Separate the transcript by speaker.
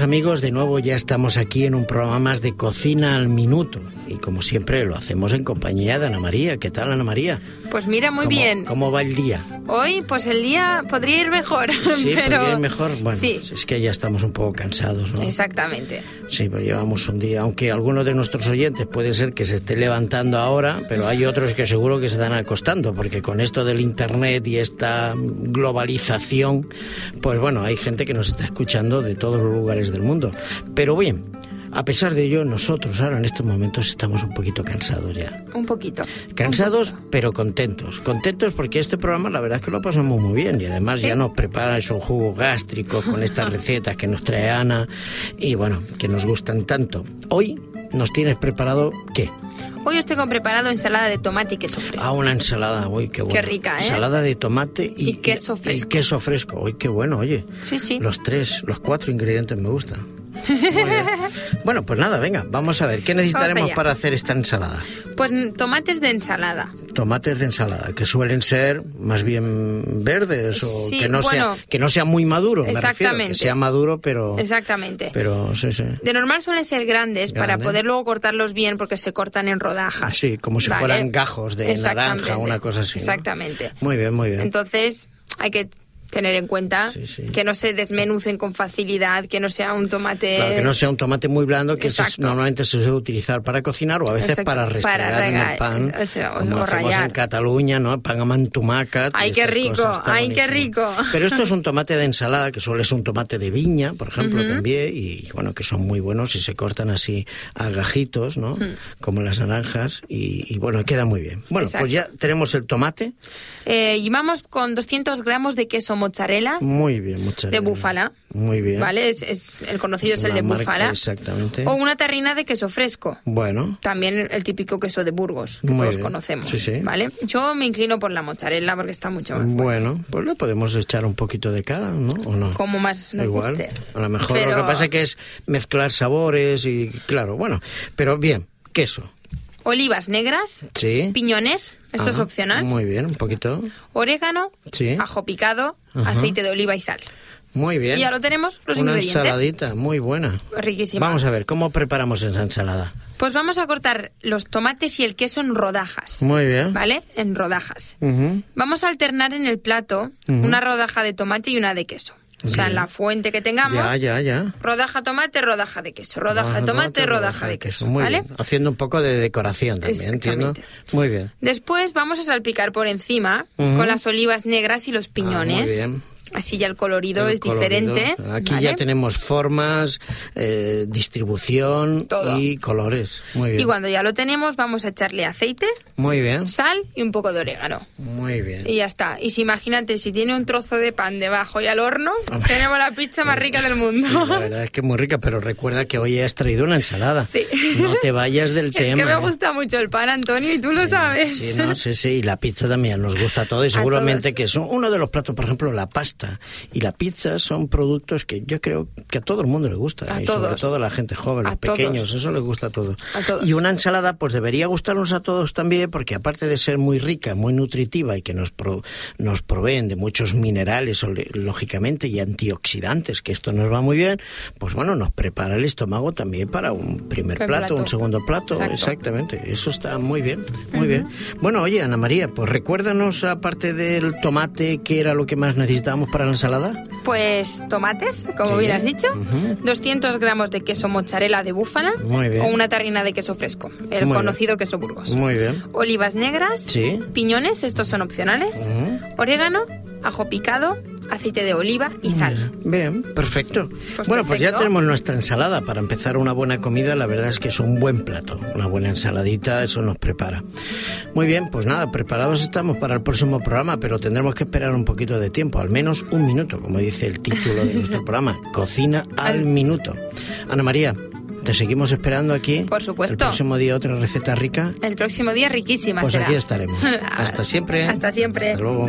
Speaker 1: amigos, de nuevo ya estamos aquí en un programa más de Cocina al Minuto. Y como siempre lo hacemos en compañía de Ana María. ¿Qué tal, Ana María?
Speaker 2: Pues mira, muy
Speaker 1: ¿Cómo-
Speaker 2: bien.
Speaker 1: ¿Cómo va el día?
Speaker 2: Hoy, pues el día podría ir mejor,
Speaker 1: Sí,
Speaker 2: pero...
Speaker 1: podría ir mejor. Bueno,
Speaker 2: sí,
Speaker 1: pues es que ya estamos un poco cansados, ¿no?
Speaker 2: exactamente.
Speaker 1: Sí, pero llevamos un día, aunque algunos de nuestros oyentes puede ser que se esté levantando ahora, pero hay otros que seguro que se están acostando, porque con esto del Internet y esta globalización, pues bueno, hay gente que nos está escuchando de todos los lugares del mundo. Pero bien, a pesar de ello, nosotros ahora en estos momentos estamos un poquito cansados ya.
Speaker 2: Un poquito.
Speaker 1: Cansados, pero contentos. Contentos porque este programa, la verdad es que lo pasamos muy bien. Y además ya nos prepara esos jugos gástricos con estas recetas que nos trae Ana. Y bueno, que nos gustan tanto. Hoy nos tienes preparado, ¿qué?
Speaker 2: Hoy os tengo preparado ensalada de tomate y queso fresco.
Speaker 1: Ah, una ensalada. Uy, qué bueno.
Speaker 2: Qué rica, ¿eh?
Speaker 1: Ensalada de tomate y,
Speaker 2: Y queso fresco.
Speaker 1: Y queso fresco. Uy, qué bueno, oye.
Speaker 2: Sí, sí.
Speaker 1: Ah, Los tres, los cuatro ingredientes me gustan. Muy bien. Bueno, pues nada, venga, vamos a ver. ¿Qué necesitaremos
Speaker 2: allá.
Speaker 1: para hacer esta ensalada?
Speaker 2: Pues n- tomates de ensalada.
Speaker 1: tomates de ensalada que suelen ser más bien verdes o
Speaker 2: Sí,
Speaker 1: que no
Speaker 2: bueno.
Speaker 1: sea que no sea muy maduro me refiero, que
Speaker 2: Exactamente.
Speaker 1: sea maduro pero
Speaker 2: Exactamente.
Speaker 1: Oh, pero sí sí
Speaker 2: De normal suelen ser grandes para
Speaker 1: Grande.
Speaker 2: poder luego cortarlos bien porque se cortan en rodajas.
Speaker 1: Sí, como si
Speaker 2: ¿vale?
Speaker 1: fueran gajos de
Speaker 2: Exactamente.
Speaker 1: naranja, una cosa así, ¿no?
Speaker 2: Exactamente.
Speaker 1: muy bien muy bien
Speaker 2: Entonces hay que tener en cuenta
Speaker 1: Sí, sí.
Speaker 2: que no se desmenucen con facilidad, que no sea un tomate...
Speaker 1: Claro, que no sea un tomate muy blando que se-
Speaker 2: Eh, Exacto.
Speaker 1: normalmente se suele utilizar para cocinar o a veces
Speaker 2: Exacto,
Speaker 1: para
Speaker 2: para
Speaker 1: restregar en el
Speaker 2: regar,
Speaker 1: pan,
Speaker 2: o sea, o-
Speaker 1: como
Speaker 2: o
Speaker 1: hacemos en
Speaker 2: rallar.
Speaker 1: Cataluña, ¿no? Pan amantumaca.
Speaker 2: Ay, qué rico, ay, qué rico.
Speaker 1: Pero esto es un tomate de ensalada, que suele ser un tomate de viña, por ejemplo, también, y bueno, que son muy buenos y se cortan así a gajitos, ¿no? Como las naranjas, y, y, bueno, queda muy bien. Bueno,
Speaker 2: Exacto.
Speaker 1: pues ya tenemos el tomate,
Speaker 2: Eh, y vamos con 200 gramos de queso mozzarella,
Speaker 1: muy bien, muchas
Speaker 2: De
Speaker 1: gracias.
Speaker 2: búfala.
Speaker 1: Muy bien.
Speaker 2: ¿vale? Es, es- el conocido
Speaker 1: Es
Speaker 2: es, el
Speaker 1: una
Speaker 2: de
Speaker 1: marca,
Speaker 2: búfala.
Speaker 1: exactamente.
Speaker 2: O una tarrina de queso fresco.
Speaker 1: Bueno,
Speaker 2: También el típico queso de Burgos, que
Speaker 1: Muy
Speaker 2: todos
Speaker 1: bien.
Speaker 2: conocemos.
Speaker 1: Sí, sí.
Speaker 2: ¿Vale? Yo me inclino por la mozzarella porque está mucho más.
Speaker 1: Bueno, pues le podemos echar un poquito de cara, ¿no? ¿O no?
Speaker 2: Como más nos
Speaker 1: Igual.
Speaker 2: guste.
Speaker 1: A lo mejor
Speaker 2: Pero-
Speaker 1: lo que pasa que es mezclar sabores y claro, bueno, pero bien, queso.
Speaker 2: Olivas negras,
Speaker 1: Sí.
Speaker 2: piñones, esto es
Speaker 1: Ah,
Speaker 2: opcional.
Speaker 1: Muy bien, un poquito.
Speaker 2: Orégano,
Speaker 1: Sí.
Speaker 2: ajo picado,
Speaker 1: Ajá.
Speaker 2: aceite de oliva y sal.
Speaker 1: Muy bien.
Speaker 2: Y ya lo tenemos, los
Speaker 1: Una
Speaker 2: ingredientes.
Speaker 1: ensaladita muy buena.
Speaker 2: Riquísima.
Speaker 1: Vamos a ver, ¿cómo preparamos esa ensalada?
Speaker 2: Pues vamos a cortar los tomates y el queso en rodajas.
Speaker 1: Muy bien.
Speaker 2: ¿Vale? En rodajas.
Speaker 1: Ujú.
Speaker 2: Vamos a alternar en el plato una rodaja de tomate y una de queso. O sea, en la fuente que tengamos.
Speaker 1: Ya, ya, ya.
Speaker 2: Rodaja tomate, rodaja de queso. Rodaja de tomate, rodaja de queso.
Speaker 1: Muy
Speaker 2: ¿Vale?
Speaker 1: bien. Haciendo un poco de decoración también, entiendo.
Speaker 2: Exactamente.
Speaker 1: Muy bien.
Speaker 2: Después vamos a salpicar por encima
Speaker 1: Ujú. Ah,
Speaker 2: con las olivas negras y los piñones.
Speaker 1: muy bien.
Speaker 2: Así ya el colorido
Speaker 1: El
Speaker 2: es
Speaker 1: colorido.
Speaker 2: diferente.
Speaker 1: Aquí
Speaker 2: ¿vale?
Speaker 1: ya tenemos formas, eh, distribución
Speaker 2: Todo.
Speaker 1: y colores. Muy bien.
Speaker 2: Y cuando ya lo tenemos, vamos a echarle aceite,
Speaker 1: Muy bien.
Speaker 2: sal y un poco de orégano.
Speaker 1: Muy bien.
Speaker 2: Y ya está. Y si imagínate, si tiene un trozo de pan debajo y al horno, tenemos la pizza más rica del mundo.
Speaker 1: Sí, la verdad es que es muy rica, pero recuerda que hoy has traído una ensalada.
Speaker 2: Sí.
Speaker 1: No te vayas del
Speaker 2: Es
Speaker 1: tema.
Speaker 2: que me
Speaker 1: ¿eh?
Speaker 2: gusta mucho el pan, Antonio, y tú lo sabes.
Speaker 1: Sí, no, sí, sí, y la pizza también nos gusta a todos y seguramente
Speaker 2: todos.
Speaker 1: que son uno de los platos, por ejemplo, la pasta y la pizza son productos que yo creo que a todo el mundo le gusta,
Speaker 2: A
Speaker 1: y sobre
Speaker 2: todos.
Speaker 1: todo a la gente joven,
Speaker 2: A
Speaker 1: los pequeños,
Speaker 2: todos.
Speaker 1: eso les gusta a todos.
Speaker 2: A todos.
Speaker 1: Y una ensalada pues debería gustarnos a todos también porque aparte de ser muy rica, muy nutritiva y que nos pro- nos proveen de muchos minerales ole- lógicamente y antioxidantes, que esto nos va muy bien, pues bueno, nos prepara el estómago también para un primer
Speaker 2: Primer
Speaker 1: plato,
Speaker 2: plato.
Speaker 1: un segundo plato,
Speaker 2: Exacto.
Speaker 1: exacto. Exactamente, eso está muy bien, muy bien. Bueno, oye, Ana María, pues recuérdanos, aparte del tomate, qué era lo que más necesitábamos para la ensalada.
Speaker 2: Pues tomates, como
Speaker 1: Sí.
Speaker 2: bien has dicho, 200 gramos de queso mozzarella de búfala
Speaker 1: Muy bien.
Speaker 2: o una tarrina de queso fresco, el
Speaker 1: Muy
Speaker 2: conocido queso Burgos.
Speaker 1: Muy bien.
Speaker 2: Olivas negras,
Speaker 1: Sí.
Speaker 2: piñones, estos son opcionales,
Speaker 1: Ujú.
Speaker 2: orégano, ajo picado, aceite de oliva y sal.
Speaker 1: Bien, perfecto.
Speaker 2: Pues
Speaker 1: bueno, pues ya
Speaker 2: perfecto.
Speaker 1: tenemos nuestra ensalada. Para empezar una buena comida, la verdad es que es un buen plato. Una buena ensaladita, eso nos prepara. Muy bien, pues nada, preparados estamos para el próximo programa, pero tendremos que esperar un poquito de tiempo, al menos un minuto, como dice el título de nuestro programa, Cocina al Minuto. Ana María. Te seguimos esperando aquí.
Speaker 2: Por supuesto.
Speaker 1: El próximo día otra receta rica.
Speaker 2: El próximo día riquísima
Speaker 1: Pues
Speaker 2: será.
Speaker 1: aquí ¿eh? estaremos. Hasta siempre.
Speaker 2: Hasta siempre.
Speaker 1: Hasta luego.